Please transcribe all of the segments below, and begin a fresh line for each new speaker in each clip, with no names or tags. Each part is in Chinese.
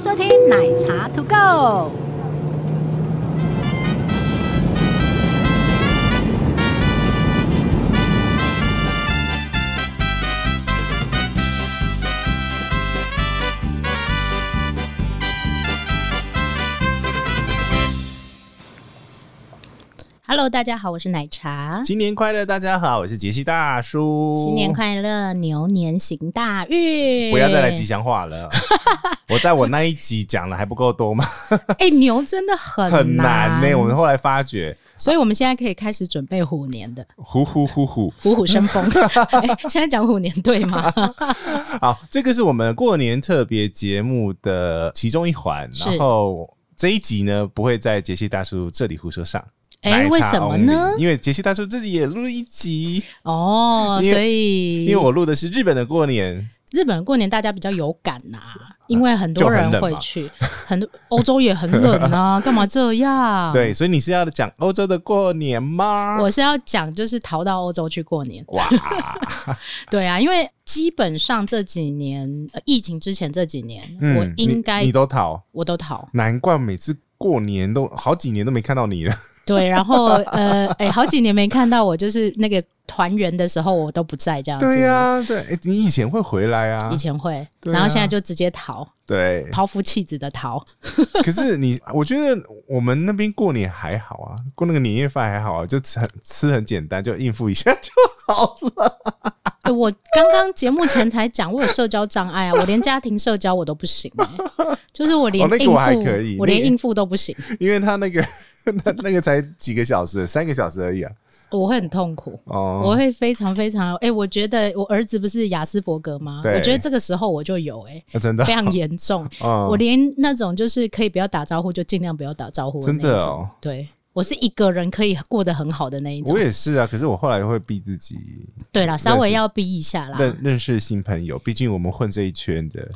收听奶茶 To Go。Hello，大家好，我是奶茶。
新年快乐，大家好，我是杰西大叔。
新年快乐，牛年行大运！
不要再来吉祥话 了。我在我那一集讲了还不够多吗？
哎、牛真的很
很难
难
呢、我们后来发觉，
所以我们现在可以开始准备虎年的
呼呼呼呼。
虎虎生 风。哎现在讲虎年对吗？
好，这个是我们过年特别节目的其中一环。
是
然后这一集呢，不会在杰西大叔这里胡说上。
哎
奶茶
为什么
only，
呢
因为杰西大叔自己也录了一集，
哦，
因为
所以
因为我录的是日本的过年，
日本过年大家比较有感呐、因为很多
就很
人
冷
会
嘛
去，很多欧洲也很冷 啊，干嘛这样？，
对，所以你是要讲欧洲的过年吗？
我是要讲就是逃到欧洲去过年。
哇，
对啊，因为基本上这几年、呃疫情之前这几年，
嗯
我应
你
该
你都逃。
我都逃。
难怪每次过年都好几年都没看到你了。
对，然后呃，哎、好几年没看到我，就是那个团圆的时候我都不在这样子。
对呀、对，哎、你以前会回来啊
以？前会，
对
然后
啊
现在就直接逃，，
对
抛夫弃子的逃。
可是你，我觉得我们那边过年还好啊，过那个年夜饭还好啊，就吃很吃很简单，就应付一下就好了。
欸我刚刚节目前才讲，我有社交障碍啊，我连家庭社交我都不行、欸，就是我连
哦那
应
个
付、
我还可以
我
那
连
个
应付都不行，
因为他那个 那那个才几个小时，三个小时而已啊。
我会很痛苦。我
哦，
会非常非常哎、欸我觉得我儿子不是雅斯伯格吗？
对
我觉得这个时候我就有哎、欸
那啊真 的
非，常严重。
嗯
我连那种就是可以不要打招呼，就尽量不要打招呼
真
那一
的
种。
哦。
对我是一个人可以过得很好的那一种
我。也是啊，可是我后来会逼自己
对啦，稍
认
微
识
要逼一下啦。
认认识新朋友，毕竟我们混这一圈 的，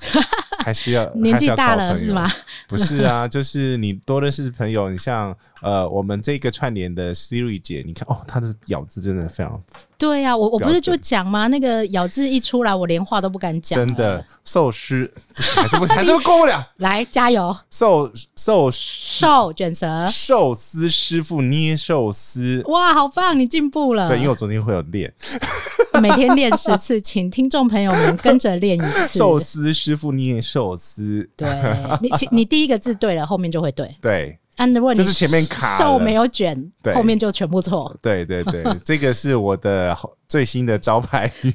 还是要
年纪大了是？
还要交朋友
吗？
不是啊，就是你多认识朋友，你像呃，我们这个串联的 Siri 姐，你看哦，她的咬字真的非常
对呀、我我不
标
是
准
就讲吗？那个咬字一出来，我连话都不敢讲。
真的，寿司，不行还是不还是过不了
来加油！
寿
啊
寿司
瘦卷 舌，
寿司师傅捏寿司。
哇，好棒，你进步了。
对，因为我昨天会有练
每天练十次，请听众朋友们跟着练一 次。
寿司师傅捏寿司，
对你，其你第一个字对了，后面就会对。
对
啊，如果你
就是前面卡了
瘦没有卷，
对
后面就全部错。
对对 对，这个是我的好最新的招牌语。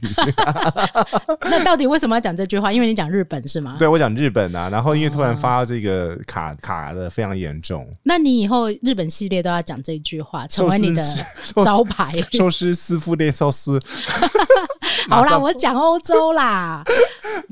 那到底为什么要讲这句话？因为你讲日本是吗？
对我讲日本啊，然后因为突
哦
然发到这个卡卡的非常严重，
那你以后日本系列都要讲这句话，成为你的
寿司
招牌。
寿司师傅练寿司，
好
马
啦，
上
我讲欧洲啦。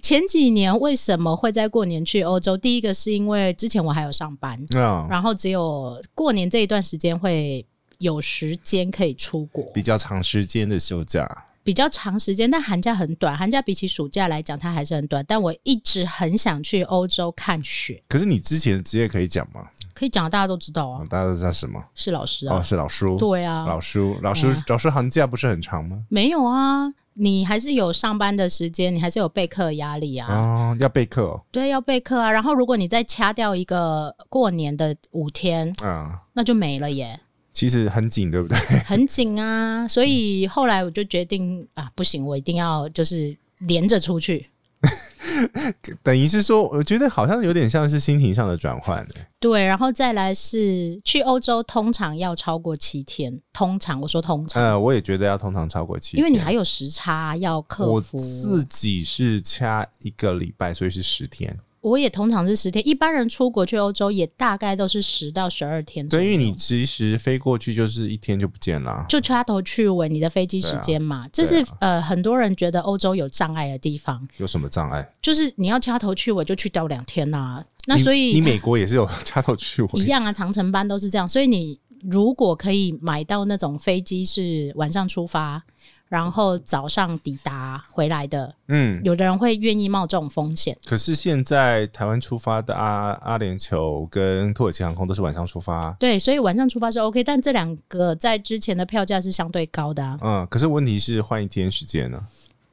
前几年为什么会在过年去欧洲？第一个是因为之前我还有上班，
嗯，
然后只有过年这一段时间会有时间可以出国，
比较长时间的休假，
比较长时间，但寒假很短。寒假比起暑假来讲，它还是很短。但我一直很想去欧洲看雪，
可是你之前的职业可以讲吗？
可以讲的大家都知道啊，
大家都知道什么？
是老师
嗯哦，
啊，
是老叔，
对啊，
老叔，老叔
对啊，
老叔寒假不是很长吗？
没有啊。你还是有上班的时间，你还是有备课压力啊。
哦，要备课哦，
对，要备课啊。然后如果你再掐掉一个过年的五天，
嗯，
那就没了耶，
其实很紧，对不 对？
很紧啊。所以
嗯
后来我就决定啊，不行，我一定要就是连着出去。
等于是说，我觉得好像有点像是心情上的转换，欸
对，然后再来是去欧洲，通常要超过七天。通常我说通常，
嗯，我也觉得要通常超过七
因
天，
为你还有时差要克
我
服。
自己是掐一个礼拜，所以是十天。
我也通常是十天，一般人出国去欧洲也大概都是十到十二天左
对，
右。
因为你其实飞过去就是一天就不见了啊。
就掐头去尾你的飞机时间嘛，这是、
对啊
呃很多人觉得欧洲有障碍的地方。
有什么障碍？
就是你要掐头去尾就去掉两天呐、那
你
所以
你美国也是有掐头去
一
尾，
样啊，长城班都是这样。所以你如果可以买到那种飞机是晚上出发，然后早上抵达回来的，
嗯。
有的人会愿意冒这种风险。
可是现在台湾出发的阿阿联酋跟土耳其航空都是晚上出发啊、
对，所以晚上出发是 OK，但这两个在之前的票价是相对高的啊。
嗯，可是问题是换一天时间呢、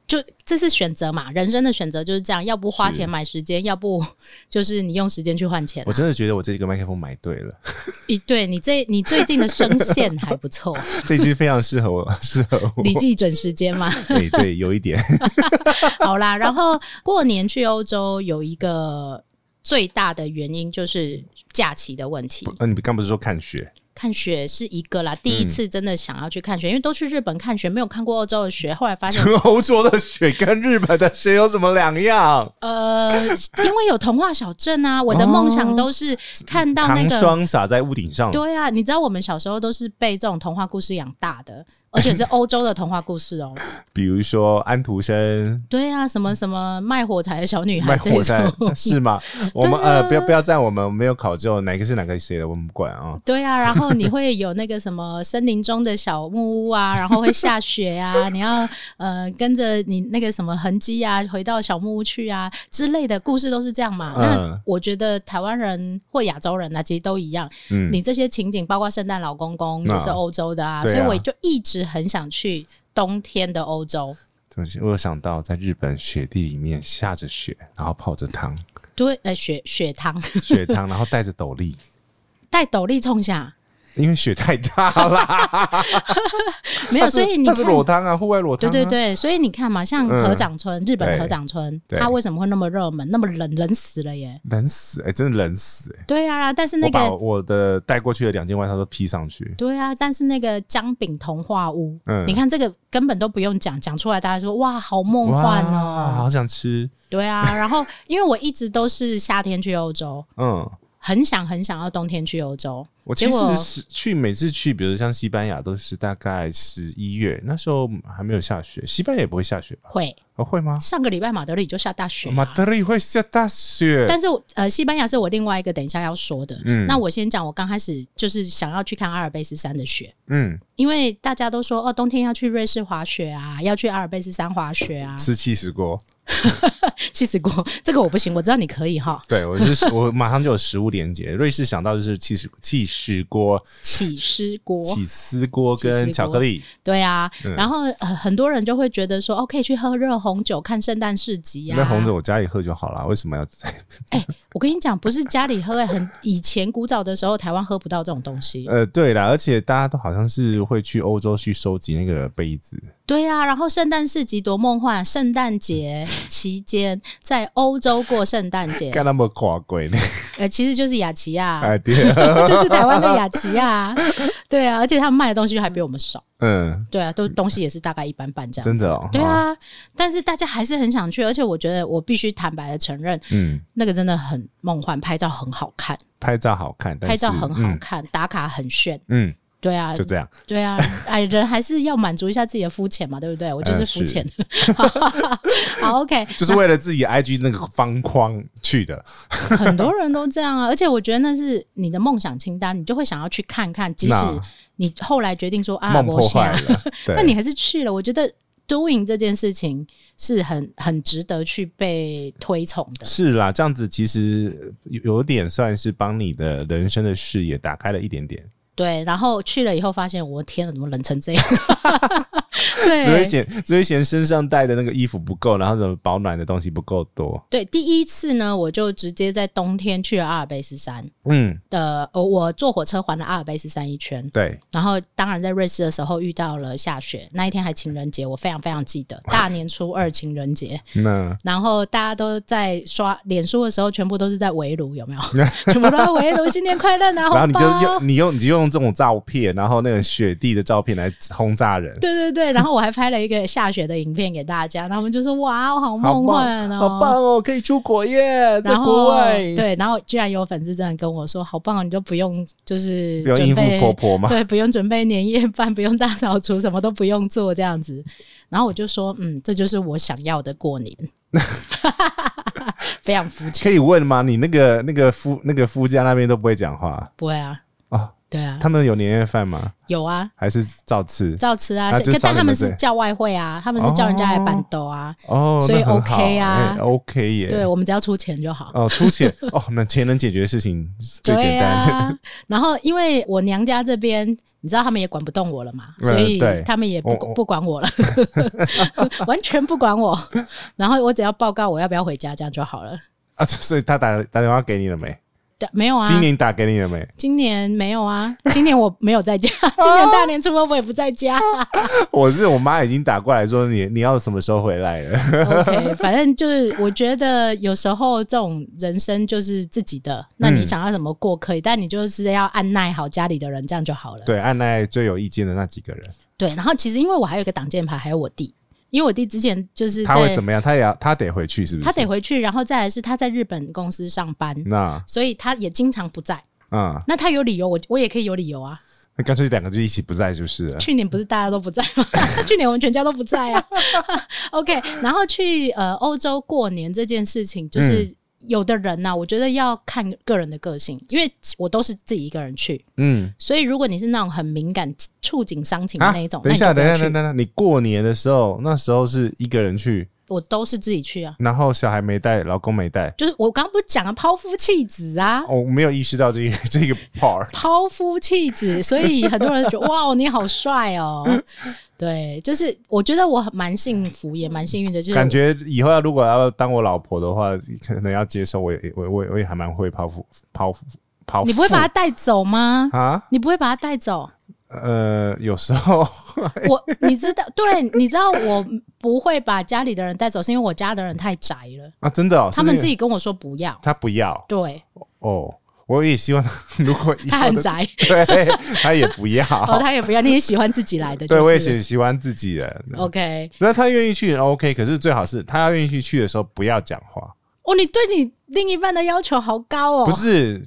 就这是选择嘛，人生的选择就是这样，要不花
是
钱买时间，要不 就是你用时间去换钱、
我
啊。
真的觉得我这个麦克风买对了，
一对你这你最近的声线还不错，
这一支非常适合我， 适合 我。
你自己准时间 嘛。
对对，有一点
好啦，然后过年去欧洲有一个最大的原因就是假期的问题。
呃，你刚不是说看雪？
看雪是一个啦，第一次
嗯
真的想要去看雪，因为都去日本看雪，没有看过欧洲的雪。后来 发现，
欧洲的雪跟日本的雪有什么两样？
呃，因为有童话小镇啊，我的梦
哦
想都是看到那
糖
个。
霜洒在屋顶上，
对啊，你知道我们小时候都是被这种童话故事养大的，而且是欧洲的童话故事 哦。
比如说安徒生。
对啊，什么什么卖火柴的小女孩
卖
这
火柴
种。
是吗？我
啊
们呃，不要不要赞我们，我们没有考究哪个是哪个谁的，我们不管啊。
对啊，然后你会有那个什么森林中的小木屋啊，然后会下雪啊，你要 呃跟着你那个什么痕迹啊，回到小木屋去啊之类的故事都是这样嘛。
嗯
那我觉得台湾人或亚洲人啊，其实都一样。
嗯，
你这些情景，包括圣诞老公公，
啊
就是欧洲的啊，
对啊
所以我就一直很想去冬天的欧洲。
对不起，我有想到在日本雪地里面下着雪，然后泡着汤，
对，呃，雪雪汤
雪汤，然后戴着斗笠，
带斗笠冲下，
因为雪太 大啦。
没有，所 以你
它
看
是裸汤啊，户外裸汤、
对
啊。
对对，所以你看嘛，像
嗯
河长村，日本
对
的河长村，
对
它为什么会那么热门、那么冷，冷死了耶？
冷死哎、真的冷死哎、
对啊，但是那
我把
个
我的带过去的两件外套都披上去，
对啊，但是那个江饼童话屋，
嗯
你看这个根本都不用讲，讲出来大家说哇，好梦幻
哇
哦、
好想吃，
对啊， 然后因为我一直都是夏天去欧洲，
嗯。
很想很想要冬天去欧洲，
我
结
其
果
实是去每次去，比如像西班牙，都是大概十一月，那时候还没有下雪，西班牙也不会下雪吧？
会
哦，会吗？
上个礼拜马德里就下大雪、
马
啊。
德里会下大雪，
但是我呃，西班牙是我另外一个等一下要说的。
嗯
那我先讲，我刚开始就是想要去看阿尔卑斯山的雪，
嗯，
因为大家都说哦，冬天要去瑞士滑雪啊，要去阿尔卑斯山滑雪啊，
吃气死锅。
气死过！这个我不行，我知道你可以哈。
对，我就是我马上就有食物连接。瑞士想到就是气死气死锅、
起司锅，
起司锅
起司
跟
锅
巧克力，
对啊，
嗯
然后、呃、很多人就会觉得说，哦，可以去喝热红酒，看圣诞市集呀、
那红着
啊。
我家里喝就好了，为什么要？
我跟你讲，不是家里喝，很以前古早的时候，台湾喝不到这种东西。
呃，对啦，而且大家都好像是会去欧洲去收集那个杯子，
对啊，然后圣诞市集多梦幻！圣诞 节期间在欧洲过圣诞节，
干那么夸贵呢？
呃，其实就是雅琪亚、
哎，对，
就是台湾的雅琪亚、对啊，而且他们卖的东西还比我们少。
嗯，
对啊，都东西也是大概一般般这样。
真的哦，
对
哦，
啊，但是大家还是很想去，而且我觉得我必须坦白的承认，
嗯，
那个真的很梦幻，拍照很好看，
拍照好看，但
拍照
是
很好，看，打卡很炫。
嗯，
对啊
嗯，就这样，
对啊，哎，人还是要满足一下自己的肤浅嘛，对不对？我就是
哎
肤浅。 好，OK，
就是为了自己 IG 那个方框去的，
很多人都这样啊，而且我觉得那是你的梦想清单，你就会想要去看看，即使
那
你后来决定说啊，
梦
我
破
想
坏 了，
那
对，
你还是去了，我觉得 doing 这件事情是很很值得去被推崇的。
是啦，这样子其实有有点算是帮你的人生的视野打开了一点点，
对，然后去了以后发现，我天啊哪，怎么冷成这样？
只会
对
嫌只会嫌身上带的那个衣服不够，然后什么保暖的东西不够多，
对，第一次呢，我就直接在冬天去了阿尔卑斯山
嗯，
的，呃，我坐火车环了阿尔卑斯山一圈。
对，
然后，当然在瑞士的时候遇到了下雪，那一天还情人节，我非常非常记得，大年初二情人节。
那
然后大家都在刷脸书的时候，全部都是在围炉，有 没有？全部都在围炉，新年快乐拿
然后
红
你
包。
就用你用你就用这种照片，然后那个雪地的照片来轰炸人，
对对对，然后我还拍了一个下雪的影片给大家，然后他们就说：“哇，好梦幻哦，
好棒哦，可以出国耶，在
然
国
后
外，
对，然后居然有粉丝真的跟我说：“好棒哦，你就不用就是
不用
准
应付
备
婆婆吗？
对，不用准备年夜饭， 不用大扫除，什么都不用做这样子。”然后我就说：“嗯，这就是我想要的过年。” 非常肤浅，
可以问吗？你那个那个夫那个夫家那边都不会讲话
不会啊，
啊？
对啊，
他们有年夜饭吗？
有啊，
还是照吃？
照吃啊，
啊
是
就
可
少
但
你
他
们
们是
这
叫外汇啊，他们是叫人家来板斗啊，
哦，
所以
那很好
OK 啊
哎 OK 耶。
对我们只要出钱就好。
哦，出钱 哦，那钱能解决的事情最
对
简单。
啊，然后因为我娘家这边。你知道他们也管不动我了嘛，
嗯
所以
对
他们也不
我我
不管我了， 完全不管我。然后我只要报告我要不要回家，这样就好了。
啊，所以他打打电话给你了没？
但没有啊，
今年打给你了没？
今年没有啊，今年我没有在家，今年大年初二我也不在 家。
我是我妈已经打过来说你你要什么时候回来 了？
OK，反正就是我觉得有时候这种人生就是自己的，那
嗯
你想要怎么过可以，但你就是要按耐好家里的人，这样就好了。
对，按耐最有意见的那几个人，
对，然后其实因为我还有一个挡箭牌，还有我弟，因为我弟之前就是
他会
在
怎么样？他也要他得回去是不是？
他得回去，然后再来是他在日本公司上班，
那
所以他也经常不在。
嗯，
那他有理由，我我也可以有理由啊。
那干脆两个就一起不在就是了。
去年不是大家都不在吗？ 去年我们全家都不在啊。OK，然后去呃欧洲过年这件事情，
嗯
就是有的人呐、我觉得要看个人的个性，因为我都是自己一个人去，
嗯，
所以如果你是那种很敏感、触景伤情的
啊
那一种，，
等一下，
那
等
你
一
就
下，
不要
等一
去。
下，等一下你过年的时候，那时候是一个人去，
我都是自己去啊，
然后小孩没带，老公没带，
就是我刚刚不是讲了抛夫弃子啊。
哦我没有意识到这个 这个 part。
抛夫弃 子，所以很多人觉得哇，你好帅哦。对，就是我觉得我蛮幸福，也蛮幸运的，就是
感觉以后要如果要当我老婆的话，可能要接受我也我我我也还蛮会抛夫抛夫抛腹。
你不会把它带走吗？
啊？
你不会把它带 走？
呃，有时候
我你知道，对，你知道我不会把家里的人带走，是因为我家的人太宅了，
啊，真的、哦，是
他们
这个
自己跟我说不要，
他不要
对
哦。我也希望他 如果以
他
后
很
的，
宅，哦
对，他也 不要。
然后他也不要，你也喜欢自己来的，
哦对，
就
我也
是哦
喜喜欢自己人。
OK。
那他愿意去 OK，可是最好是他要愿意去去的时候不要讲话，
哦，你对你另一半的要求好高哦，
不是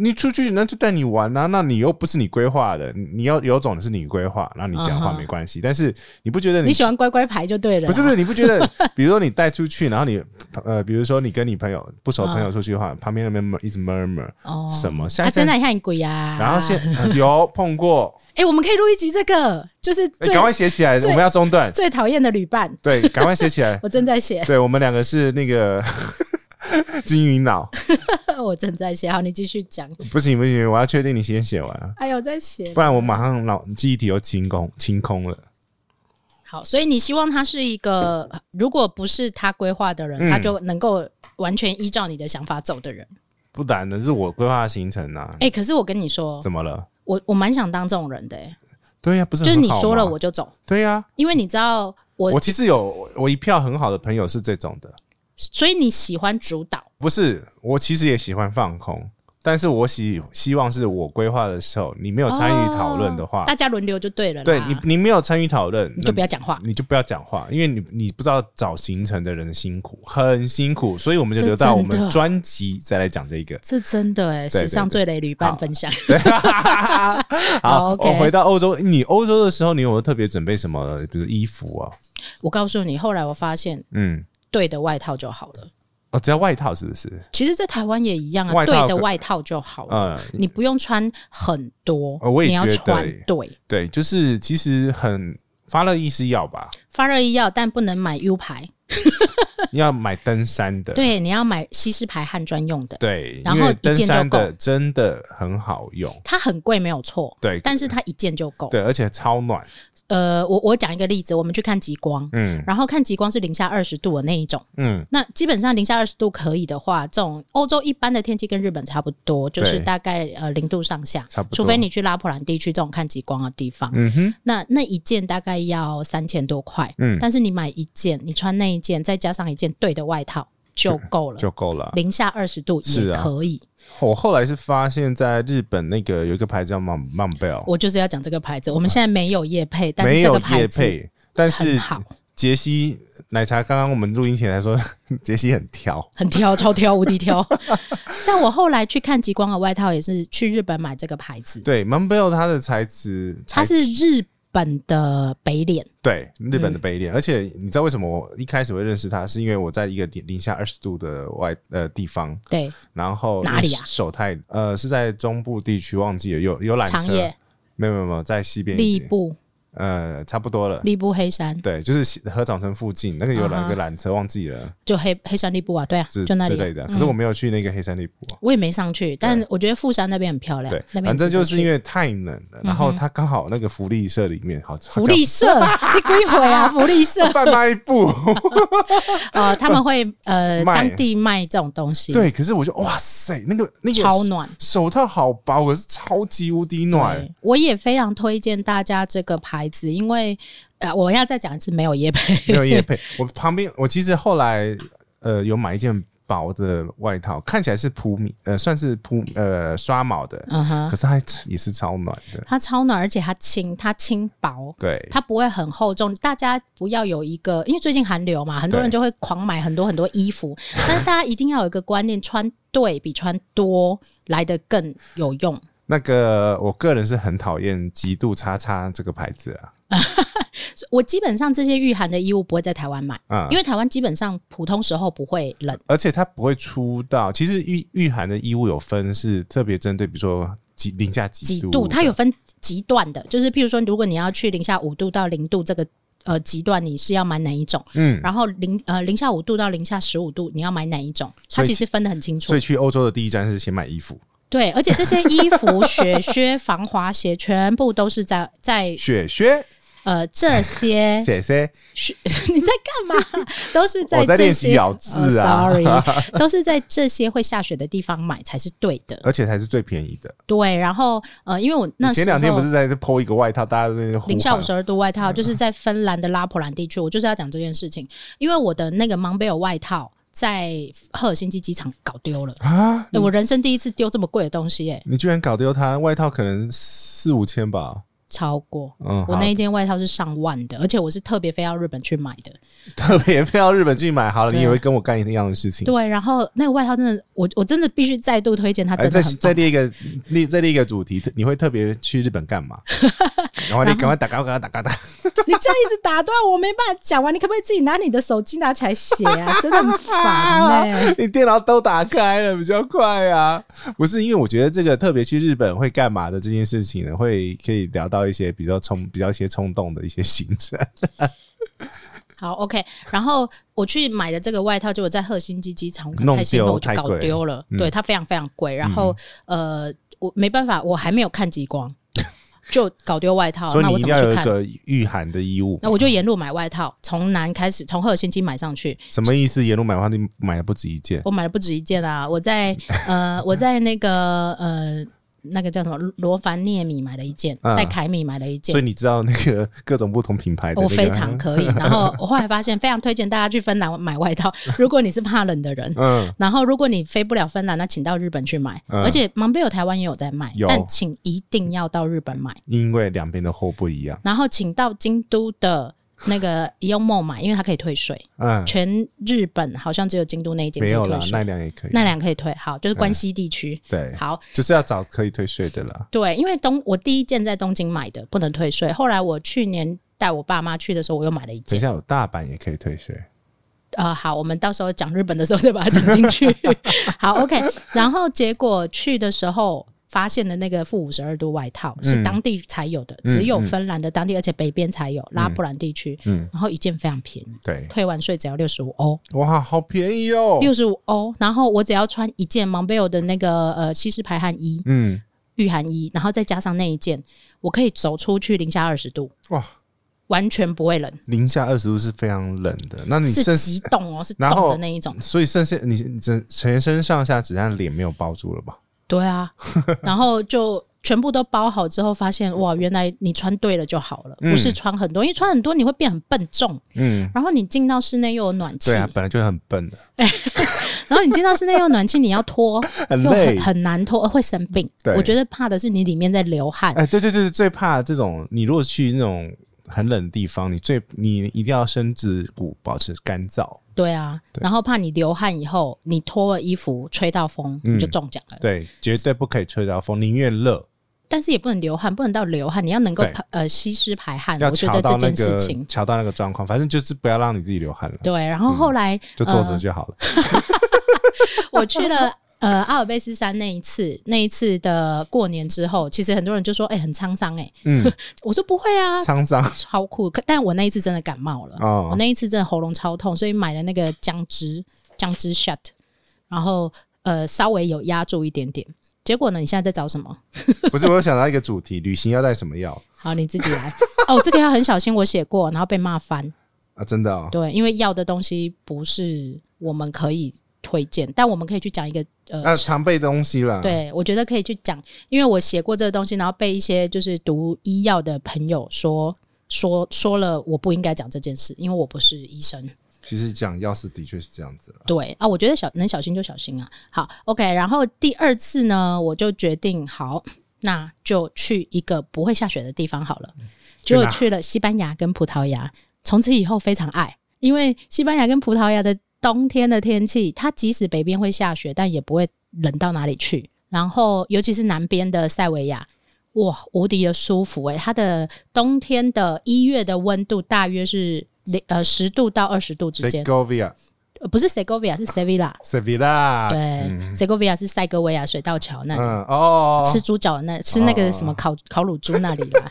你出去那就带你玩啊，那你又不是你规划的，你你要有种是你规划，那你讲话
嗯哼
没关系，但是你不觉得
你喜欢乖乖牌就对了啦，啊
不是不是，你不觉得？ 比如说你带出去，然后你呃，比如说你跟你朋友不熟朋友出去的话，旁边那边 mur- 一直 murmur
嗯哦
什么，下
啊，
一
真
站
的很像鬼啊！
然后现呃有碰过，
哎，我们可以录一集这个，就是
哎
最
赶快写起来，我
最
们要中断，
最讨厌的旅伴，，
对，赶快写起来
我正在写，
对我们两个是那个 金鱼脑，
我正在写，好，你继续讲。
不行不行，我要确定你先写完啊，
哎呦，在写
不然我马上脑记忆体又清空清空了，
好，所以你希望他是一个，如果不是他规划的人，
嗯
他就能够完全依照你的想法走的人。
不然呢是我规划的行程啊，
哎、可是我跟你说，
怎么了？
我我蛮想当这种人的、欸，
对呀、不是
就是
很
你
好啊
说
吗
了我就走，
对呀、
因为你知道我，
我其实有我我一票很好的朋友是这种的。
所以你喜欢主导。
不是，我其实也喜欢放空，但是我希希望是我规划的时候，你没有参与讨论的话，
大家轮流就对了啦。
啊对你你没有参与讨论，
你就不
要
要讲话。
你就不要讲话，因为你你不知道找行程的人的辛苦，很辛苦，所以我们就
这
留到我
真的。
们专辑再来讲这个
这真的哎、
对
史上最雷旅伴
好
分享。好
好，
，OK
我回到欧洲，你欧洲的时候，你有没有特别准备什么，比如衣服啊？
我告诉你，后来我发现
嗯，
对的外套就好了。
哦，只要外套是不是？
其实，在台湾也一样啊，
外套
对的
可
外套就好了。
嗯，
你不用穿很多，
哦我也
你要
觉得
穿
耶
对。
对，就是其实很发热衣是要 吧，
发热衣要，但不能买 U 牌。
要买登山的。
对，你要买西施牌汉专用的，
对，
然
因
后
为
一
登
件就
山的
够
真的很好用，
它很贵没有错，
对，
但是它一件就够。
对，而且超暖，
呃，我我讲一个例子，我们去看极光，
嗯
然后看极光是零下二十度的那一种。
嗯，
那基本上零下二十度可以的话，这种欧洲一般的天气跟日本差不多，就是
对
大概呃零度上下，
差不多
除非你去拉普兰地区这种看极光的啊地方，
嗯哼，
那那一件大概要三千多块，
嗯，
但是你买一件，你穿那一件，再加上一件对的外套就够了。
就够了。
零下二十度
是
也
啊
可以，
我后来是发现，在日本那个有一个牌子叫 Mount Mount Bell，
我就是要讲这个牌子。我们现在没有叶配，哦但是
啊没
这
有
个牌
叶
子
配，但
很
是
好，
杰西奶茶刚刚我们录音前来说， 杰西很挑，
很挑，超挑，无敌 挑。但我后来去看极光的外套，也是去日本买这个牌子，
对，Mount Bell 它的材质，
它
材
是日本的北脸，
对，日
嗯
本的北脸，而且你知道为什么我一开始会认识他，是因为我在一个零零下二十度的外呃地方，
对，
然后
哪里啊
手太呃是在中部地区，忘记了有有缆车
长，野、
没有没有没有，在西边一
立
点，
部、
呃，差不多了。
立部黑山，
对，就是西河长城附近那个有
啊
两
哈
个缆车，忘记了
就黑黑山立部啊，对啊
之，
就那
之
里
类
啊。
的。可是我没有去那个黑山地步啊。
我也没上去，但我觉得富山那边很漂亮
对，，
那边
反正
值得
就是
去
因为太冷了，然后他刚好那个福利社里面，好
福利社， 你归回啊，福利社
好像贩卖部，
呃，他们会呃
卖
当地卖这种东西，，
对。可是我就哇塞，那个那个
超暖。
手套好薄，可是超级无敌暖
对，我也非常推荐大家这个牌子，因为呃，我要再讲一次，没有夜配，
没 有夜配。我旁边我其实后来呃有买一件薄的外套，看起来是铺米呃算是铺呃刷毛的，
嗯哼，
可是它也是超暖的。
它超暖，而且它轻，它轻薄。
对，
它不会很厚重，大家不要有一个，因为最近寒流嘛，很多人就会狂买很多很多衣 服，但是大家一定要有一个观念，穿对比穿多来的更有用。
那个我个人是很讨厌极度叉叉这个牌子啊，
我基本上这些御寒的衣物不会在台湾买，
嗯
因，为台湾基本上普通时候不会冷。
而且它不会出到，其实御御寒的衣物有分是特别针对，比如说几零下
几
几
度，
的
它有分极端的，就是譬如说，如果你要去零下五度到零度这个呃极端，你是要买哪一种？
嗯，
然后零呃零下五度到零下十五度，你要买哪一种？它
所以
其
其
实分得很清楚
所以。去欧洲的第一站是先买衣服，
对，而且这些衣 服、雪靴、防滑鞋，全部都是在在
雪靴、
呃这 些
谢谢，
雪你在干嘛？都是在
我在
这
练习
些
咬字啊
s o r r y 都是在这些会下雪的地方买才是对的。
而且才是最便宜的。
对，然后呃，因为我那时
前两天
候
不是在嗯这剖一个外套，大家在那
零下五十
十，
二度外套，就是在芬兰的拉普兰地区。我就是要讲这件事情，因为我的那个蒙贝尔外套在赫尔辛基机场搞丢 了、
啊！
欸我人生第一次丢这么贵的东西、欸，
你居然搞丢它，外套可能四五千吧。
超过。
嗯，
我
好
那一件外套是上万的，而且我是特别飞到日本去买的。
特别飞到日本去买，好了，
对啊
你也会跟我干一样的事情。
对，然后那个外套真的，我我真的必须再度推荐它，
哎，
啊真
再
的很
再
棒。
列一个列再列一个主题，你会特别去日本干 嘛？然后你赶快打，赶快打，赶快打。
你这样一直打断我，没办法讲完。你可不可以自己拿你的手机拿起来写啊？真的很 烦哎、
你电脑都打开了比较快啊。不是因为我觉得这个特别去日本会干嘛的这件事情呢，会可以聊到一些比较冲、比较一些冲动的一些行程。
好，OK。然后我去买的这个外套，就我在赫辛基机场，我可能
弄
太兴奋，
丢
我就
太
搞
贵
丢了。
嗯
对，它非常非常贵。然后、呃，我没办法，我还没有看极光，就搞丢外套。
所以
那
你
我
一
怎
定
么
要有
去
一
看？
个御寒的衣物。
那我就沿路买外套，从南开始，从赫尔辛基买上去。
什么意思？沿路买的话，你买了不止一件。
我买了不止一件啊！我在呃，我在那个呃，那个叫什么罗凡涅米买了一件，
嗯
在凯米买了一件
所以。你知道那个各种不同品牌的、那
我
个，
非常可以，然后我后来发现，非常推荐大家去芬兰买外套。如果你是怕冷的人，
嗯，
然后，如果你飞不了芬兰，那请到日本去买。
嗯
而且芒贝有台湾也有在卖
有，
但请一定要到日本买。
因为两边的货不一样，
然后，请到京都的那个伊欧梦买，因为它可以退税。
嗯，
全日本好像只有京都那一间可
没
以
有
退
啦，
税
奈，良也可以，
奈良可以退。好，就是关西地区。
对，
好，
就是要找可以退税的啦。
对，因为东我第一件在东京买的，不能退税。后来我去年带我爸妈去的时候，我又买了一
等
件。
一下，有大阪也可以退税，
呃，好，我们到时候讲日本的时候再把它讲进 去。好，OK。然后结果去的时候发现的那个负五十二度外套是
嗯
当地才有的，
嗯
只有芬兰的当地，而且北边才有拉普兰地区。
嗯哦
然后一件非常便宜，
对，
退完税只要六十五欧，
哇，好便宜哦，
六十五欧。然后我只要穿一件 m o n b e l 的那个呃西式排汗衣、
嗯，
御寒衣，然后再加上那一件，我可以走出去零下二十度，
哇，
完全不会冷，
零下二十度是非常冷的，那你
是
身，
极冻 哦，是冻
然后
的那一种。
所以剩下你你整全身上下只剩下脸没有包住了吧？
对 啊，然后就全部都包好之后，发现哇，原来你穿对了就好了，
嗯
不是穿很多，因为穿很多你会变很笨重，
嗯，
然后你进到室内又有暖气，
对啊，本来就很 笨的，
然后你进到室内又有暖气，你要脱
很
又
累
很。很难脱，呃会生病。
对
我觉得怕的是你里面在流汗，
哎，对对对，最怕这种，你如果去那种很冷的地方，你最你一定要身子骨保持干燥。
对啊，然后怕你流汗以后
嗯
你脱了衣服吹到风、你就中奖了。
对，绝对不可以吹到风，宁愿热。
但是也不能流汗，不能到流汗，你要能够
对
排呃吸湿排汗。
要
我觉
瞧
得
到
这
那
件事
个
情。
瞧到那个状况，反正就是不要让你自己流汗了，
对，然后后来、
嗯
呃
就坐
嗯
着就好了。
我去了。呃，阿尔卑斯山那一次，那一次的过年之后，其实很多人就说：“哎、很沧桑哎、
嗯，
我说：“不会啊，
沧桑
超酷。”可但我那一次真的感冒了，
哦
我那一次真的喉咙超痛，所以买了那个姜汁姜汁 shot，然后呃稍微有压住一点点。结果呢，你现在在找什么？
不是，我有想到一个主题，旅行要带什么药
好，你自己来。 哦，这个要很小心，我写过，然后被骂翻。
啊？真的哦，
对，因为要的东西不是我们可以推荐，但我们可以去讲一个呃
那常备东西啦。，
对，我觉得可以去讲，因为我写过这个东西，然后被一些就是读医药的朋友说说说了，我不应该讲这件事，因为我不是医生。
其实讲药是的确是这样子了。
对啊，我觉得小能小心就小心啊。好，OK，然后第二次呢，我就决定好，那就去一个不会下雪的地方好了。结果
嗯哪
去了西班牙跟葡萄牙，从此以后非常爱，因为西班牙跟葡萄牙的冬天的天气，它即使北边会下雪，但也不会冷到哪里去。然后，尤其是南边的塞维亚，哇，无敌的舒服诶、它的冬天的一月的温度大约是零呃十度到二十度之间，
Segovia、
呃不是 Segovia 是 Sevilla，
Sevilla，
对、
嗯
s e g o v i a 是塞戈维亚水道桥那里，
嗯哦，
吃猪脚的那吃那个什么烤、烤乳猪那里啦。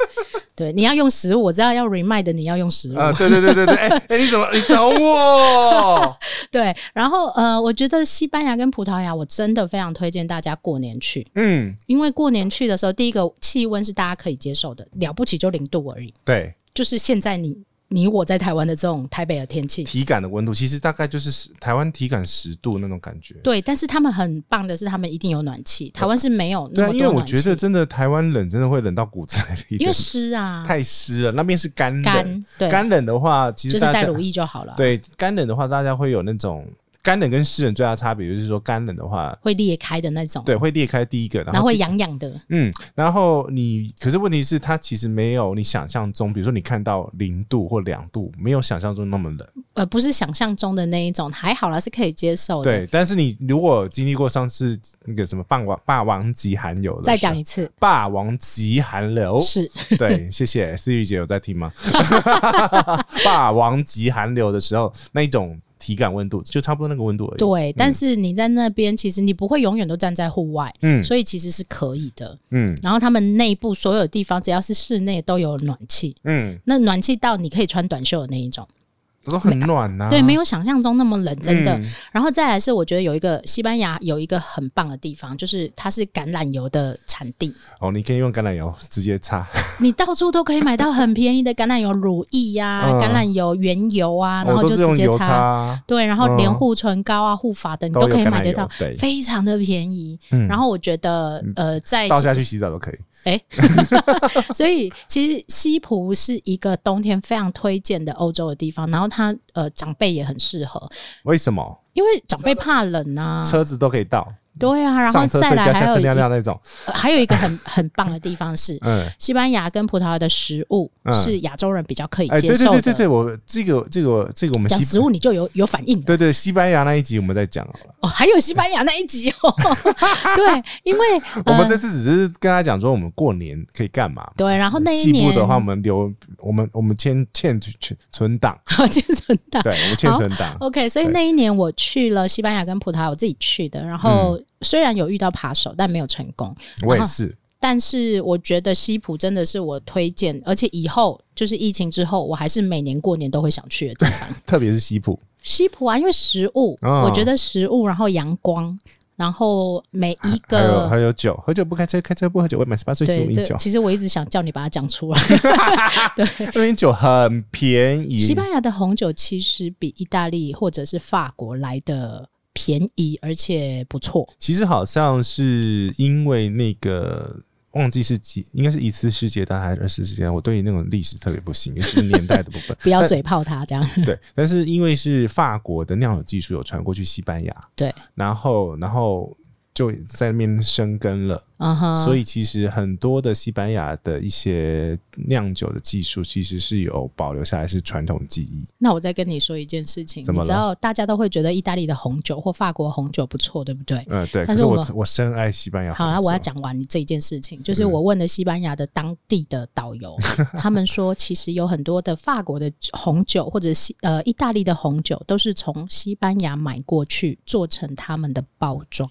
对，你要用食物，我知道要 remind 你要用食物。
啊，对对对对对，哎哎，你怎么你 懂我？
对，然后呃，我觉得西班牙跟葡萄牙，我真的非常推荐大家过年去，
嗯，
因为过年去的时候，第一个气温是大家可以接受的，了不起就零度而已，
对，
就是现在你你我在台湾的这种台北的天气。
体感的温度其实大概就是十台湾体感十度那种感觉。
对，但是他们很棒的是，他们一定有暖气，台湾是没有
对
那
啊，
么
因为
多
我
暖气。
觉得真的台湾冷真的会冷到骨子里，
因为湿啊，
太湿了，那边是干冷
干对
干冷的话，其
就
实
是
大
带
家
乳液就好了。
对干冷的话，大家会有那种干冷跟湿冷最大的差别，就是说干冷的话，
会裂开的那种，
对会裂开第一个，
然
后
后会
第
痒痒的，
嗯，然后你可是问题是它其实没有你想象中，比如说你看到零度或两度，没有想象中那么冷。
呃，不是想象中的那一种，还好啦，是可以接受的。
对，但是你如果经历过上次那个什么霸王霸王级寒流的时候，
再讲一次，
霸王级寒流，
是
对，谢谢思雨姐有在听吗？ 霸王级寒流的时候，那一种体感温度就差不多那个温度而已。，
对，但是你在那边，其实你不会永远都站在户外，
嗯
所以其实是可以的。
嗯
然后他们内部所有地方，只要是室内都有暖气，
嗯，
那暖气到你可以穿短袖的那一种，
都很暖呐、
对，没有想象中那么冷，真的。
啊嗯
然后再来是，我觉得有一个西班牙有一个很棒的地方，就是它是橄榄油的产地，
哦，你可以用橄榄油直接擦。
你到处都可以买到很便宜的橄榄油乳液呀、
嗯
橄榄油原油啊，然后
我哦都
就是直
用
接
油
擦。
啊，
对，然后
嗯
连护唇膏啊、护发的，你
都
都
有
可以
橄
买
榄
得
油
到，
对
非常的便宜。
嗯
然后我觉得，呃，在
倒下去洗澡都可以。
哎，所以其实西葡是一个冬天非常推荐的欧洲的地方，然后它呃长辈也很适合，
为什么
因为长辈怕冷啊，
车子都可以到？
对啊，然后
上车
再
睡
来
觉，
还
下
有
车
一
尿尿那种。
呃还有一个很很棒的地方是，
嗯，
西班牙跟葡萄牙的食物
嗯
是亚洲人比较可以
哎，
接
对对
受
对
的。
对对，我这个这个这个我们
讲食
西
物你就有有反应了
对对西班牙那一集我们在讲好了。
哦，还有西班牙那一集哦， 对，因为、呃、
我们这次只是跟他讲说我们过年可以干嘛。
对，然后那一
西部
年
的话，我们留我们我们欠欠存存档，
哦健身大
对我们欠存档。
OK，所以
对
那一年我去了西班牙跟葡萄牙，我自己去的，然
嗯
后虽然有遇到扒手，但没有成功，
我也是，
但是我觉得西普真的是我推荐，而且以后就是疫情之后，我还是每年过年都会想去的地方。
特别是西部，
西普啊，因为食物，
哦
我觉得食物，然后阳光，然后每一
还有还
个。
有酒，喝酒不开车，开车不喝酒。未满十八岁请
对
勿，饮
这
酒。
其实我一直想叫你把它讲出来。
那边酒很便宜，
西班牙的红酒其实比意大利或者是法国来的便宜，而且不错。。
其实好像是因为那个忘记是几，应该是一次世界大战还是二次世界大战，我对于那种历史特别不行，尤其是年代的部分
不要嘴炮它这 样。
对，但是因为是法国的酿酒技术有传过去西班牙，
对，
然后然后就在那边生根了，
嗯哼，
所以其实很多的西班牙的一些酿酒的技术，其实是有保留下来是传统技艺。
那我再跟你说一件事情，
怎么
你知
了
道大家都会觉得意大利的红酒或法国红酒不错，对不对？
嗯，对。
但
可
是
是
我
我
们
我深爱西班牙红酒。
好啦，我要讲完这一件事情，就是
嗯
我问了西班牙的当地的导游， 他们说其实有很多的法国的红酒或者西呃意大利的红酒都是从西班牙买过去做成他们的包装，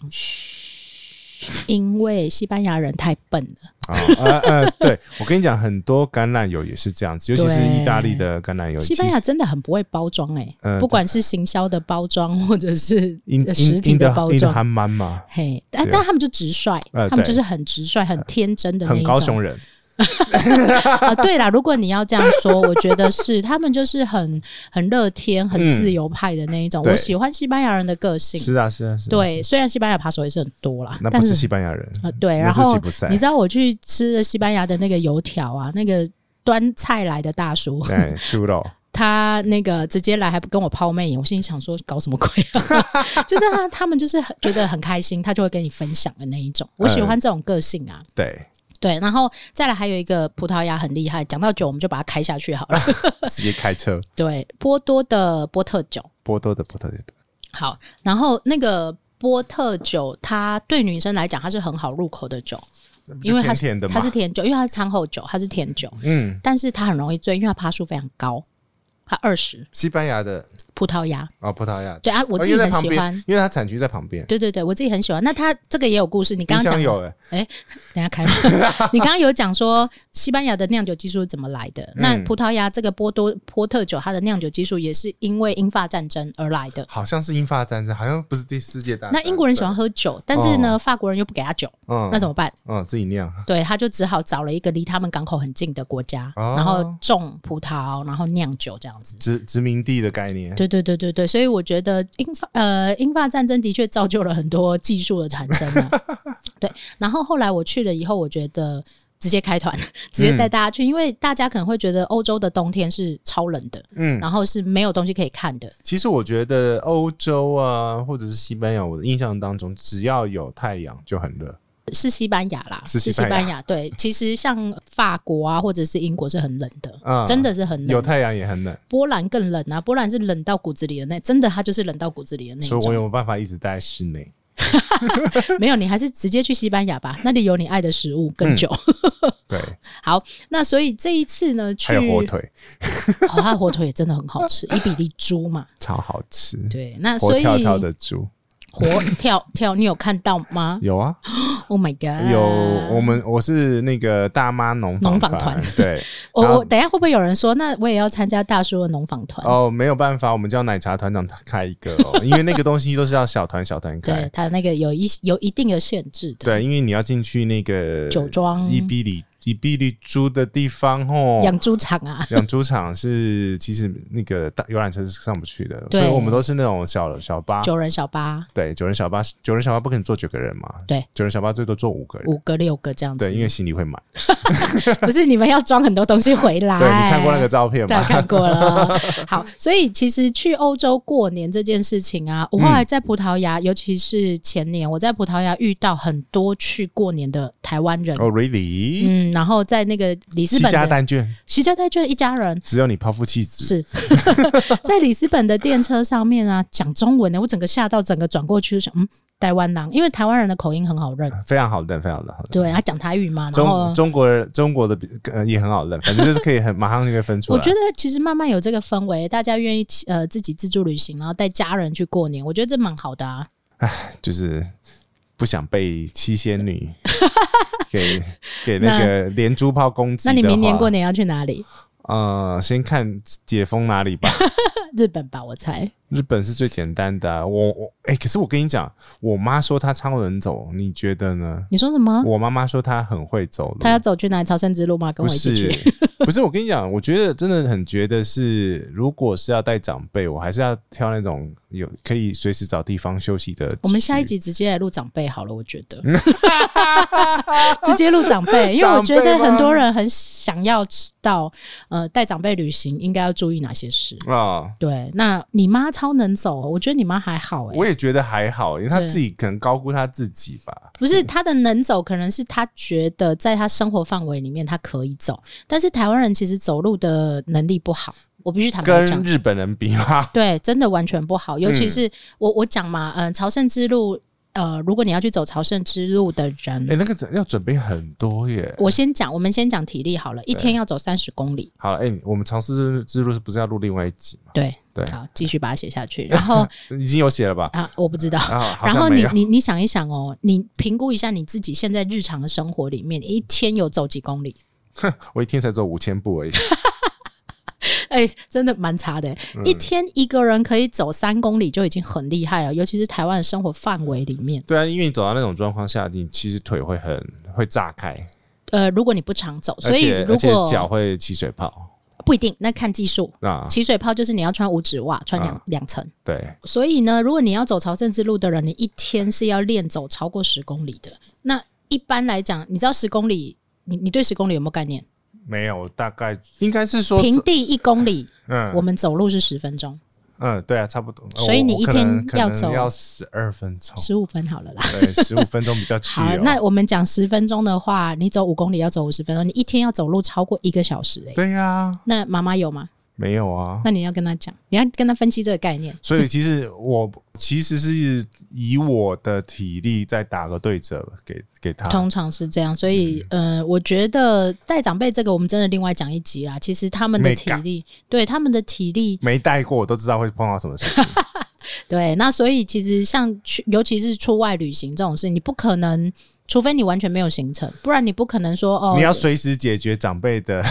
因为西班牙人太笨了。
啊，呃呃，对我跟你讲，很多橄榄油也是 这样子，尤其是
对
意大利的橄榄油。
西班
其
牙
实
真的很不会包装哎、
嗯
不管是行销的包装或者是
因
呃实
因
体
因
的
的
包
因的
装，
还蛮嘛，
嘿，但
对
但他们就直率，
呃
他们
对呃
就是很直率、很天真的那一
很
种。
高雄人。
啊，对啦，如果你要这样说，我觉得是他们就是很很乐天、很自由派的那一种。
嗯对
我喜欢西班牙人的个性，
是啊，是啊，是啊。，
对，虽然西班牙扒手也是很多啦，
那
但
不
是
是西班牙人，
呃，对，
那
然
是
后
吉普赛
你知道我去吃了西班牙的那个油条啊，那个端菜来的大叔，
哎，猪肉。
他那个直接来还不跟我抛媚眼，我心里想说搞什么鬼啊？ 就是他他们就是很觉得很开心，他就会跟你分享的那一种。我喜
嗯
欢这种个性啊。
对，
对，然后再来还有一个葡萄牙很厉害，讲到酒我们就把它开下去好了。
直接开 车，
对，波多的波特酒。
波多的波特的。
好，然后那个波特酒，它对女生来讲，它是很好入口的酒，因为它
甜
是
甜的嘛
它是，甜酒，因为它是餐后酒，它是甜酒，
嗯，
但是它很容易醉，因为它趴数非常高，它二十。
西班牙的
葡萄牙，
哦，葡萄牙，
对啊，我
哦
自己
因为在
很
旁
喜
边
欢。
因为它产区在旁边。
对对对，我自己很喜欢。那它这个也有故事，你刚
冰
刚
箱
讲，
有哎，
等一下开 始，你刚刚有讲说西班牙的酿酒技术是怎么来的？那
嗯
葡萄牙这个波多波特酒，它的酿酒技术也是因为英法战争而来的。
好像是英法战争，好像不是第世界大战。
那英国人喜欢喝酒，但是呢，法国人又不给他酒，
对，哦嗯
那怎么办？
嗯，自己酿，
对，他就只好找了一个离他们港口很近的国家，
哦
然后种葡萄，然后酿酒这样子。
殖殖民地的概念。
对对对对对，所以我觉得英法呃英法战争的确造就了很多技术的产生、 啊。对，然后后来我去了以后，我觉得直接开团， 直接带大家去，因为大家可能会觉得欧洲的冬天是超冷的，
嗯，
然后是没有东西可以看的，
其实我觉得欧洲啊，或者是西班牙，我的印象当中，只要有太阳就很热。
是西班牙啦，
是
是
西
西
班牙
班牙。对，其实像法国啊，或者是英国是很冷的，
嗯
真的是很
有
冷。
太阳也很冷，
波兰更冷啊，波兰是冷到骨子里的那，真的它就是冷到骨子里的那一
所以我
种。
有没有办法一直待在室内？
没有，你还是直接去西班牙吧，那里有你爱的食物跟酒。
嗯对，
好，那所以这一次呢，去
还有火腿，
哦，它的火腿也真的很好吃，伊比利猪嘛。
超好吃，
对，那
活
所以
跳跳的猪
活跳跳你有看到吗
有啊，
？Oh my god！
有我们我是那个大妈农
农
坊
坊团，
对，
我
然
哦
后
我等一下会不会有人说，那我也要参加大叔的农坊团？
啊哦，没有办法，我们叫奶茶团长开一个 哦，因为那个东西都是要小团小团
对
开，
它那个有一有一定的限制的。
对，因为你要进去那个
酒庄
伊比利伊比利猪的地方哦，
养猪场啊，
养猪场是其实那个大游览车是上不去的，
对
所以我们都是那种小小巴，
九人小巴，
对，九人小巴，九人小巴不可能坐九个人嘛，
对，
九人小巴最多坐五个人，
五个六个这样子。
对，因为行李会满。
不是你们要装很多东西回来。
对你看过那个照片
哎对，
吗
我？看过了。 好，所以其实去欧洲过年这件事情
嗯
啊，我后来在葡萄牙，尤其是前年，我在葡萄牙遇到很多去过年的台湾人。
哦，really？
嗯，然后在那个里斯
七
本
家
的
蛋卷，
徐家泰圈一家人
只有你抛夫弃子，
是 在里斯本的电车上面啊，讲中文的，我整个吓到，整个转过去就想，嗯，台湾狼，因为台湾人的口音很好认，
非常好认，非常好认。
对，他讲台语嘛，然后
嗯中中国人中国的比呃也很好认，反正就是可以很马上就可以分出来。
我觉得其实慢慢有这个氛围，大家愿意呃自己自助旅行，然后带家人去过年，我觉得这蛮好的啊。
就是不想被七 仙女给给那个连珠炮攻击。
那你明年过？年要去哪里？
呃，先看解封 哪里吧。
日本吧，我猜。
日本是最简单的啊、我我哎、可是我跟你讲，我妈说她超能走，你觉得呢？
你说什么？
我妈妈说她很会走路，
他要走去哪里？朝圣之路吗？跟
不
我一起
是
去。
不是，我跟你讲，我觉得真的很觉得是，如果是要带长辈，我还是要挑那种有可以随时找地方休息的。
我们下一集直接来录长辈好了，我觉 得。直接录长辈，因为我觉得
长辈吗
很多人很想要知道，呃，带长辈旅行应该要注意哪些事。
啊、
对，那你妈超能走哦，我觉得你妈还好哎、
我也觉得还好，因为他
对
自己可能高估他自己吧。
不是她的能走，可能是她觉得在她生活范围里面她可以走，但是台湾人其实走路的能力不好，我必须坦白
跟
讲，
日本人比吗？
对，真的完全不好。尤其
嗯
是、我我讲嘛，嗯、朝圣之路，呃，如果你要去走朝圣之路的人，
哎、那个要准备很多耶。
我先讲，我们先讲体力好了，一
对
天要走三十公里，
好了，哎、我们尝试之路是不是要录另外一集嘛？
对，
对
好，继续把它写下去。然 后
已经有写 了吧？
啊，我不知道。
啊，好
然
像
后
没
你
有。
你你想一想哦，你评估一下你自己现在日常的生活里面，你一天有走几公里？
我一天才走五千步而已。
哎、真的蛮差的、
嗯
一天一个人可以走三公里就已经很厉害了，尤其是台湾的生活范围里面。
对啊，因为你走到那种状况下，你其实腿会很会炸开，
呃，如果你不常走，
而
所以
且而
如
且脚
果
会起水泡
不一定，那看技术。
啊。
起水泡就是你要穿五指袜，穿两
啊
两层。
对，
所以呢，如果你要走朝圣之路的人，你一天是要练走超过十公里的。那一般来讲，你知道十公里，你你对十公里有没有概念？
没有，大概应该是说，
平地一公里，我
嗯
们走路是十分钟，
嗯，对啊，差不多。
所以你
我
一
我可
天
能可
要
能
走
要十二 分钟，
十五分好了啦。
对，十五分钟比较哦自
好，
由。
那我们讲十分钟的话，你走五公里要走五十分钟，你一天要走路超过一个小时、欸，
对呀、
那妈妈有吗？
没有啊。
那你要跟她讲，你要跟她分析这个概念。
所以其实我其实是以我的体力再打个对折给给他。
通常是这样，所以，
嗯
呃，我觉得带长辈这个，我们真的另外讲一集啦。其实他们的
没
体
干
力，对他们的体力，
没带过，我都知道会碰到什么事情。
对，那所以其实像去，尤其是出外旅行这种事，你不可能，除非你完全没有行程，不然你不可能说哦，
你要随时解决长辈 的，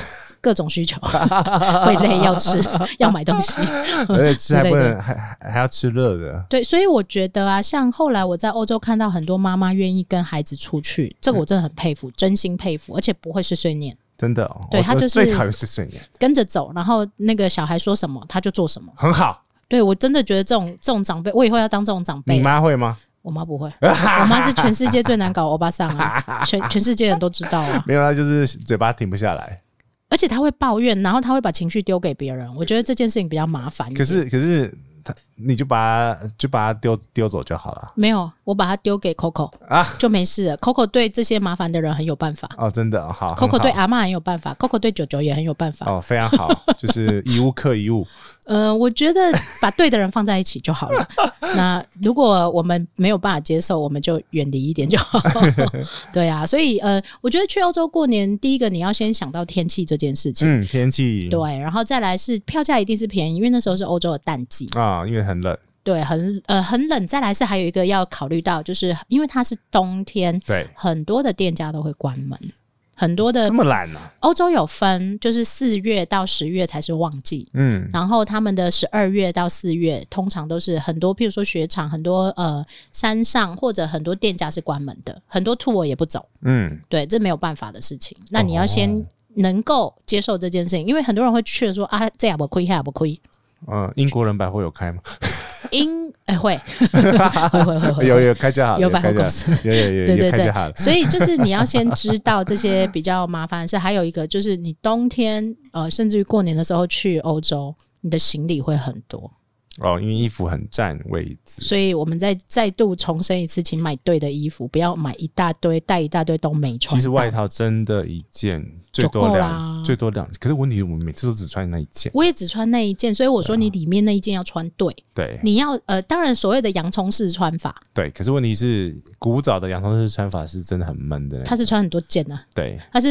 各种需求， 会累，要吃，要买东西。
而且吃还不
对
能还还还要吃热的。
对，所以我觉得啊，像后来我在欧洲看到很多妈妈愿意跟孩子出去，这个我真的很佩服，真心佩服，而且不会碎碎念，
真的、哦，
对
我
他
我
就是
最讨厌碎碎念，
跟着走，然后那个小孩说什么他就做什么。
很好。
对我真的觉得这种这种长辈，我以后要当这种长辈
你。妈会吗？
我妈不会，我妈是全世界最难搞的欧巴桑啊，全全世界人都知道啊。
没有，她就是嘴巴停不下来。
而且他会抱怨，然后他会把情绪丢给别人。我觉得这件事情比较麻烦一点。
可是可是她，你就把她就把她丢丢走就好了。
没有，我把它丢给 Coco
啊
就没事了。Coco 对这些麻烦的人很有办法
哦，真的、哦、好很
，Coco
好
对阿嬷很有办法，Coco 对九九也很有办法。
哦，非常好， 就是一物克一物。
嗯、我觉得把对的人放在一起就好 了。那如果我们没有办法接受，我们就远离一点就 好。对啊，所以呃，我觉得去欧洲过年，第一个你要先想到天气这件事情。
嗯，天气
对，然后再来是票价一定是便宜，因为那时候是欧洲的淡季。
啊、因为很冷，
对，很呃很冷。再来是还有一个要考虑到，就是因为它是冬天，
对，
很多的店家都会关门。很多的
这么懒呢、啊？
欧洲有分，就是四月到十月才是旺季，
嗯，
然后他们的十二月到四月通常都是很多，譬如说雪场、很多呃山上或者很多店家是关门的，很多 tour 也不走。
嗯，
对，这没有办法的事情。那你要
哦
先能够接受这件事情，因为很多人会去说啊，这也不亏，那也不亏。
呃，英国人百货有开吗？
因哎、会 会会会会
有有开就好了，
哦有百货
开就
公
好
司
了，有有
对
有
对
有开
对
就好了，。
所以就是你要先知道这些比较麻烦的事，还有一个就是你冬天呃，甚至于过年的时候去欧洲，你的行李会很多，
哦，因为衣服很占位置。
所以我们再再度重申一次，请买对的衣服，不要买一大堆带一大堆都没穿到。
其实外套真的一件最
就
多
够啦
两，最多两。可是问题是我每次都只穿那一件。
我啊也只穿那一件，所以我说你里面那一件要穿对，
对
你要呃，当然所谓的洋葱式穿法，
对，可是问题是古早的洋葱式穿法是真的很闷的。
它是穿很多件啊，
对，
它是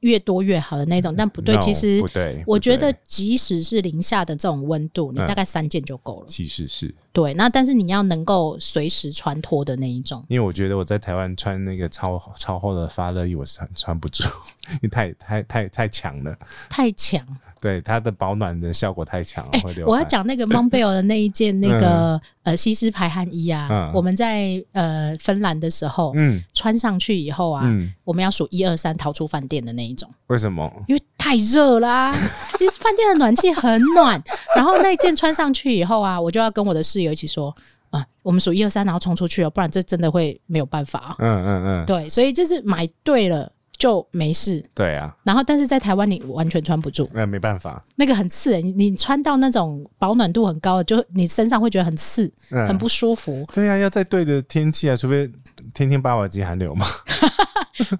越多越好嗯的那种，但不对
No，
其实
不对，
我
不
觉得
对
即使是零下的这种温度，你
嗯
大概三件就够了。
其实是
对，那但是你要能够随时穿脱的那一种，
因为我觉得我在台湾穿那个超超厚的发热衣，我是很穿不住，因为太太太太强了。
太强。
对它的保暖的效果太强了，
哎、
会流
我要
汗。
讲那个 m o n b e l 的那一 件那个、呃西施排汗衣啊，
嗯
我们在呃芬兰的时候、
嗯
穿上去以后啊，
嗯，
我们要数一二三逃出饭店的那一种，
为什么？
因为太热啦、因为饭店的暖气很暖，然后那一件穿上去以后啊，我就要跟我的室友一起说啊、我们数一二三，然后冲出去哦，不然这真的会没有办法啊。
嗯嗯嗯，
对，所以就是买对了。就没事。
对啊，
然后，但是在台湾你完全穿不住，
那没办法，
那个很刺欸你你穿到那种保暖度很高的，就你身上会觉得很刺，
嗯，
很不舒服。
对啊，要在对的天气啊，除非天天八宝鸡寒流嘛。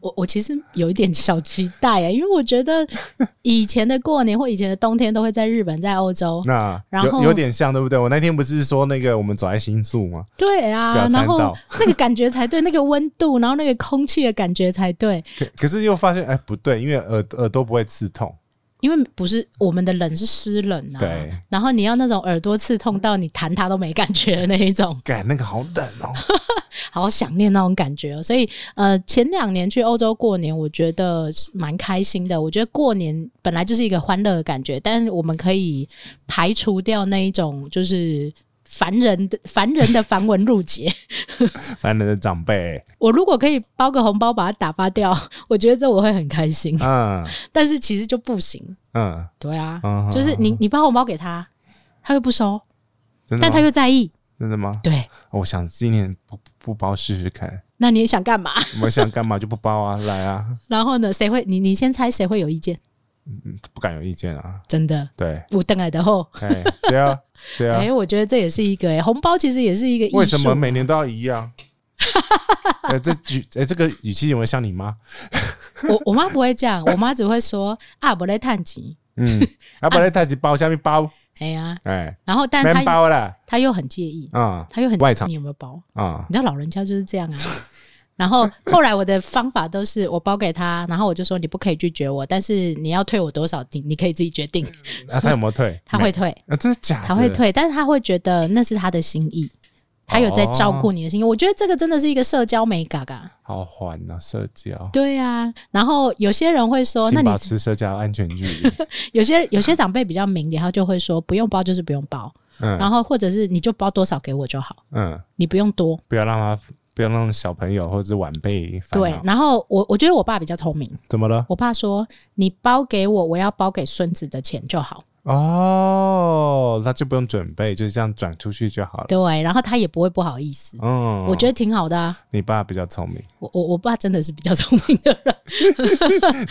我我其实有一点小期待啊，因为我觉 得以前的过年或以前的冬天都会在日本、在欧洲。
那
然
有
后
有点像，对不对？我那天不是说那个我们走在新宿吗？
对啊
表，参
然后
道
那个感觉才对，那个温度，然后那个空气的感觉才对，
可可是又发现，哎，不对，因为耳耳朵不会刺痛，
因为不是我们的冷是湿冷啊。
对。
然后你要那种耳朵刺痛到你弹它都没感觉的那一种，
感那个好冷哦。
好想念那种感觉、哦。所以，呃，前两年去欧洲过年，我觉得是蛮开心的。我觉得过年本来就是一个欢乐的感觉，但我们可以排除掉那一种就是凡人的凡人的繁文缛节。
烦人的长辈，
我如果可以包个红包把它打发掉，我觉得这我会很开心。
嗯
但是其实就不行，
嗯
对啊，
嗯，
就是你你包红包给他，他又不收，
真的
但他
吗？
又在意，
真的吗？哦
对。
我想今年不不包试试看，
那你想干嘛？
我想干嘛就不包啊， 来啊，嗯
然后呢？谁会？你你先猜谁会有意见？
不敢有意见啊。
真的，
对，
我等来的后，
哎，对啊，对
哎、
啊，
我觉得这也是一个、哎，红包其实也是一个艺术。
为什么每年都要一 样？呃，这举哎，这个语气有没有像你妈？
我我妈不会这样，我妈只会说 啊，不来探亲。
嗯，啊，本来他只包下面包，
哎呀，
哎，
然后但
没
她
包了，
她又很介意，
啊
她又很
外
介
场
意你有没有包？
啊，
你知道老人家就是这样啊。然后后来我的方法都是我包给她，然后我就说你不可以拒绝我，但是你要退我多少，你你可以自己决定。
那啊他有嗯没有退？
她会退，
没，啊，真的假的？
他会，退，但是他会觉得那是他的心意，他有在照
哦
顾你的心意。我觉得这个真的是一个社交美嘎嘎。
好缓啊，社交，
对啊，然后有些人会说，那你
请保持社交安全距 离。
有些有些长辈比较明理，他就会说不用包就是不用包，
嗯
然后或者是你就包多少给我就好，
嗯，
你不用多。
不要让他，不要让小朋友或者是晚辈烦
对
恼，。
然后我我觉得我爸比较聪明，
怎么了？
我爸说你包给我，我要包给孙子的钱就好。
哦，他就不用准备，就是这样转出去就好了。
对，然后他也不会不好意思，
嗯，
我觉得挺好的啊。
你爸比较聪明，
我我我爸真的是比较聪明的人。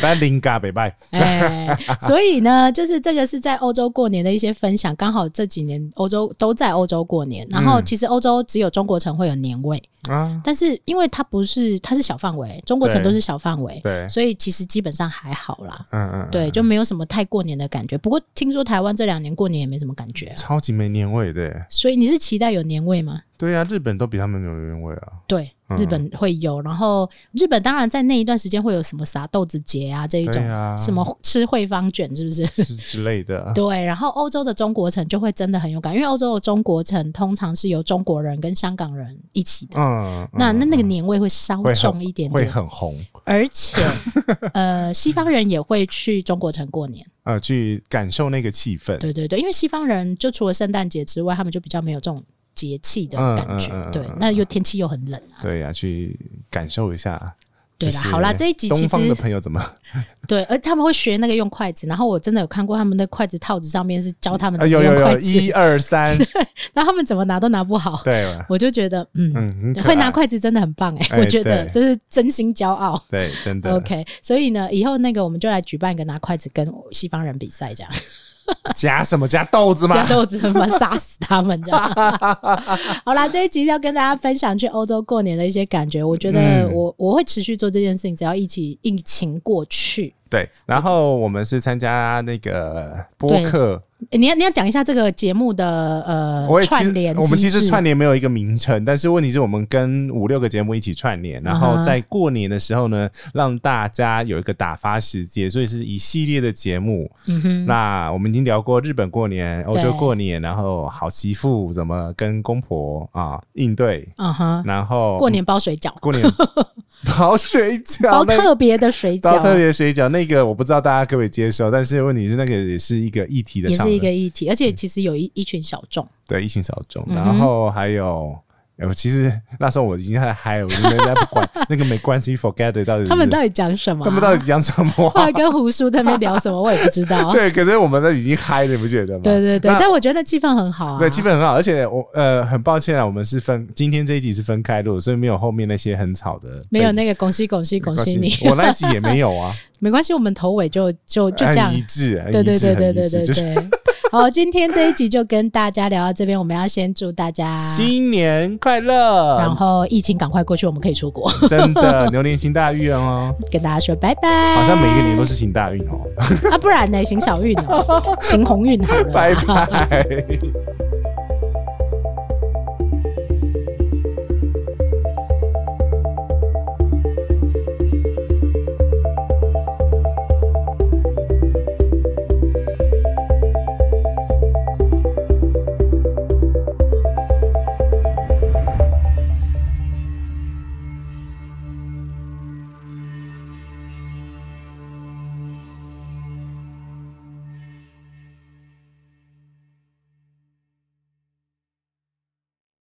但林嘎北拜，
哎，所以呢，就是这个是在欧洲过年的一些分享。刚好这几年欧洲都在欧洲过年，然后
嗯
其实欧洲只有中国城会有年味，
啊，
但是因为它不是它是小范围，中国城
对
都是小范围，
对，
所以其实基本上还好啦。
嗯嗯，
对，就没有什么太过年的感觉。不过听说台湾这两年过年也没什么感觉啊、
超级没年味的。
所以你是期待有年味吗？
对啊，日本都比他们有年味啊。
对
嗯，
日本会有，然后日本当然在那一段时间会有什么撒豆子节啊这一
对嗯
种，
啊，
什么吃惠方卷是不是？
之之类 的。
对，然后欧洲的中国城就会真的很有感，因为欧洲的中国城通常是由中国人跟香港人一起的，
嗯，
那
嗯
那那个年味会稍
会很
重一点
会
点，
很红。
而且 呃，西方人也会去中国城过年，
呃，去感受那个气氛。
对对对，因为西方人就除了圣诞节之外，他们就比较没有这种节气的
嗯
感觉，
嗯嗯嗯
对
嗯，
那又天气又很冷啊，
对呀、去感受一下。
对啦，好啦，这一集其
东方的
实
朋友 怎么？
对，而他们会学那个用筷子，然后我真的有看过他们的筷子套子上面是教他们
啊，
怎么
有
用
有
筷
有，
子，
一二三，
然后他们怎么拿都拿不好，
对，
我就觉得嗯
嗯，很可爱
会拿，筷子真的很棒哎、
哎
我觉得
对
这是真心骄傲。
对，真的。
OK，所以呢，以后那个我们就来举办一个拿筷子跟西方人比赛，这样
加什么加豆子吗？
加豆子把他杀死他们这 样。好啦，这一集要跟大家分享去欧洲过年的一些感觉。我觉得
嗯
我、我会持续做这件事情，只要疫情疫情过去。
对，然后我们是参加那个播客，
诶你要你要讲一下这个节目的
我
呃
也其
串
实
联机制，
我们其实串联没有一个名称，但是问题是我们跟五六个节目一起串联，然
嗯
后
哼
在过年的时候呢，让大家有一个打发时间，所以是一系列的节目。
嗯哼，
那我们已经聊过日本过年、欧洲
对
过年，然后好媳妇怎么跟公婆啊应对，
嗯哼，
然后
过年包水饺，
过年包水
包
饺，啊那
特别的水
包特
饺。
别水饺那个我不知道大家可不可以接受，但是问题是那个也是一个议题的嗯
也
场合，
是一个议题，而且其实有一一群小众，
对一群小众，
嗯哼
然后还有哎我其实那时候我已经在嗨了，我就没在不 管那个没关系，forget it 到底是
他们到底讲什么啊、
他们到底讲什么
后
啊、
来跟胡叔在那边聊什么，我也不知道。
对，可是我们都已经嗨了，你不觉得吗？
对对对，
那
但我觉得那气氛很好啊。
对，气氛很好，而且我呃很抱歉啊，我们是分今天这一集是分开录，所以没有后面那些很吵的，
没有那个恭喜恭喜恭喜你，
我那一集也没有啊，
没关系，我们头尾就就 就这样
很一。致，哎很一
对
致
对对
很
对对
一致
对
就是
对。好，今天这一集就跟大家聊到这边，我们要先祝大家，
新年快乐，
啊然后疫情赶快过去，我们可以出国，
真的牛年行大运哦，
跟大家说拜拜。
好像每一个年都是行大运哦，
啊，不然呢？行小运哦，行鸿运好了啦。
拜拜。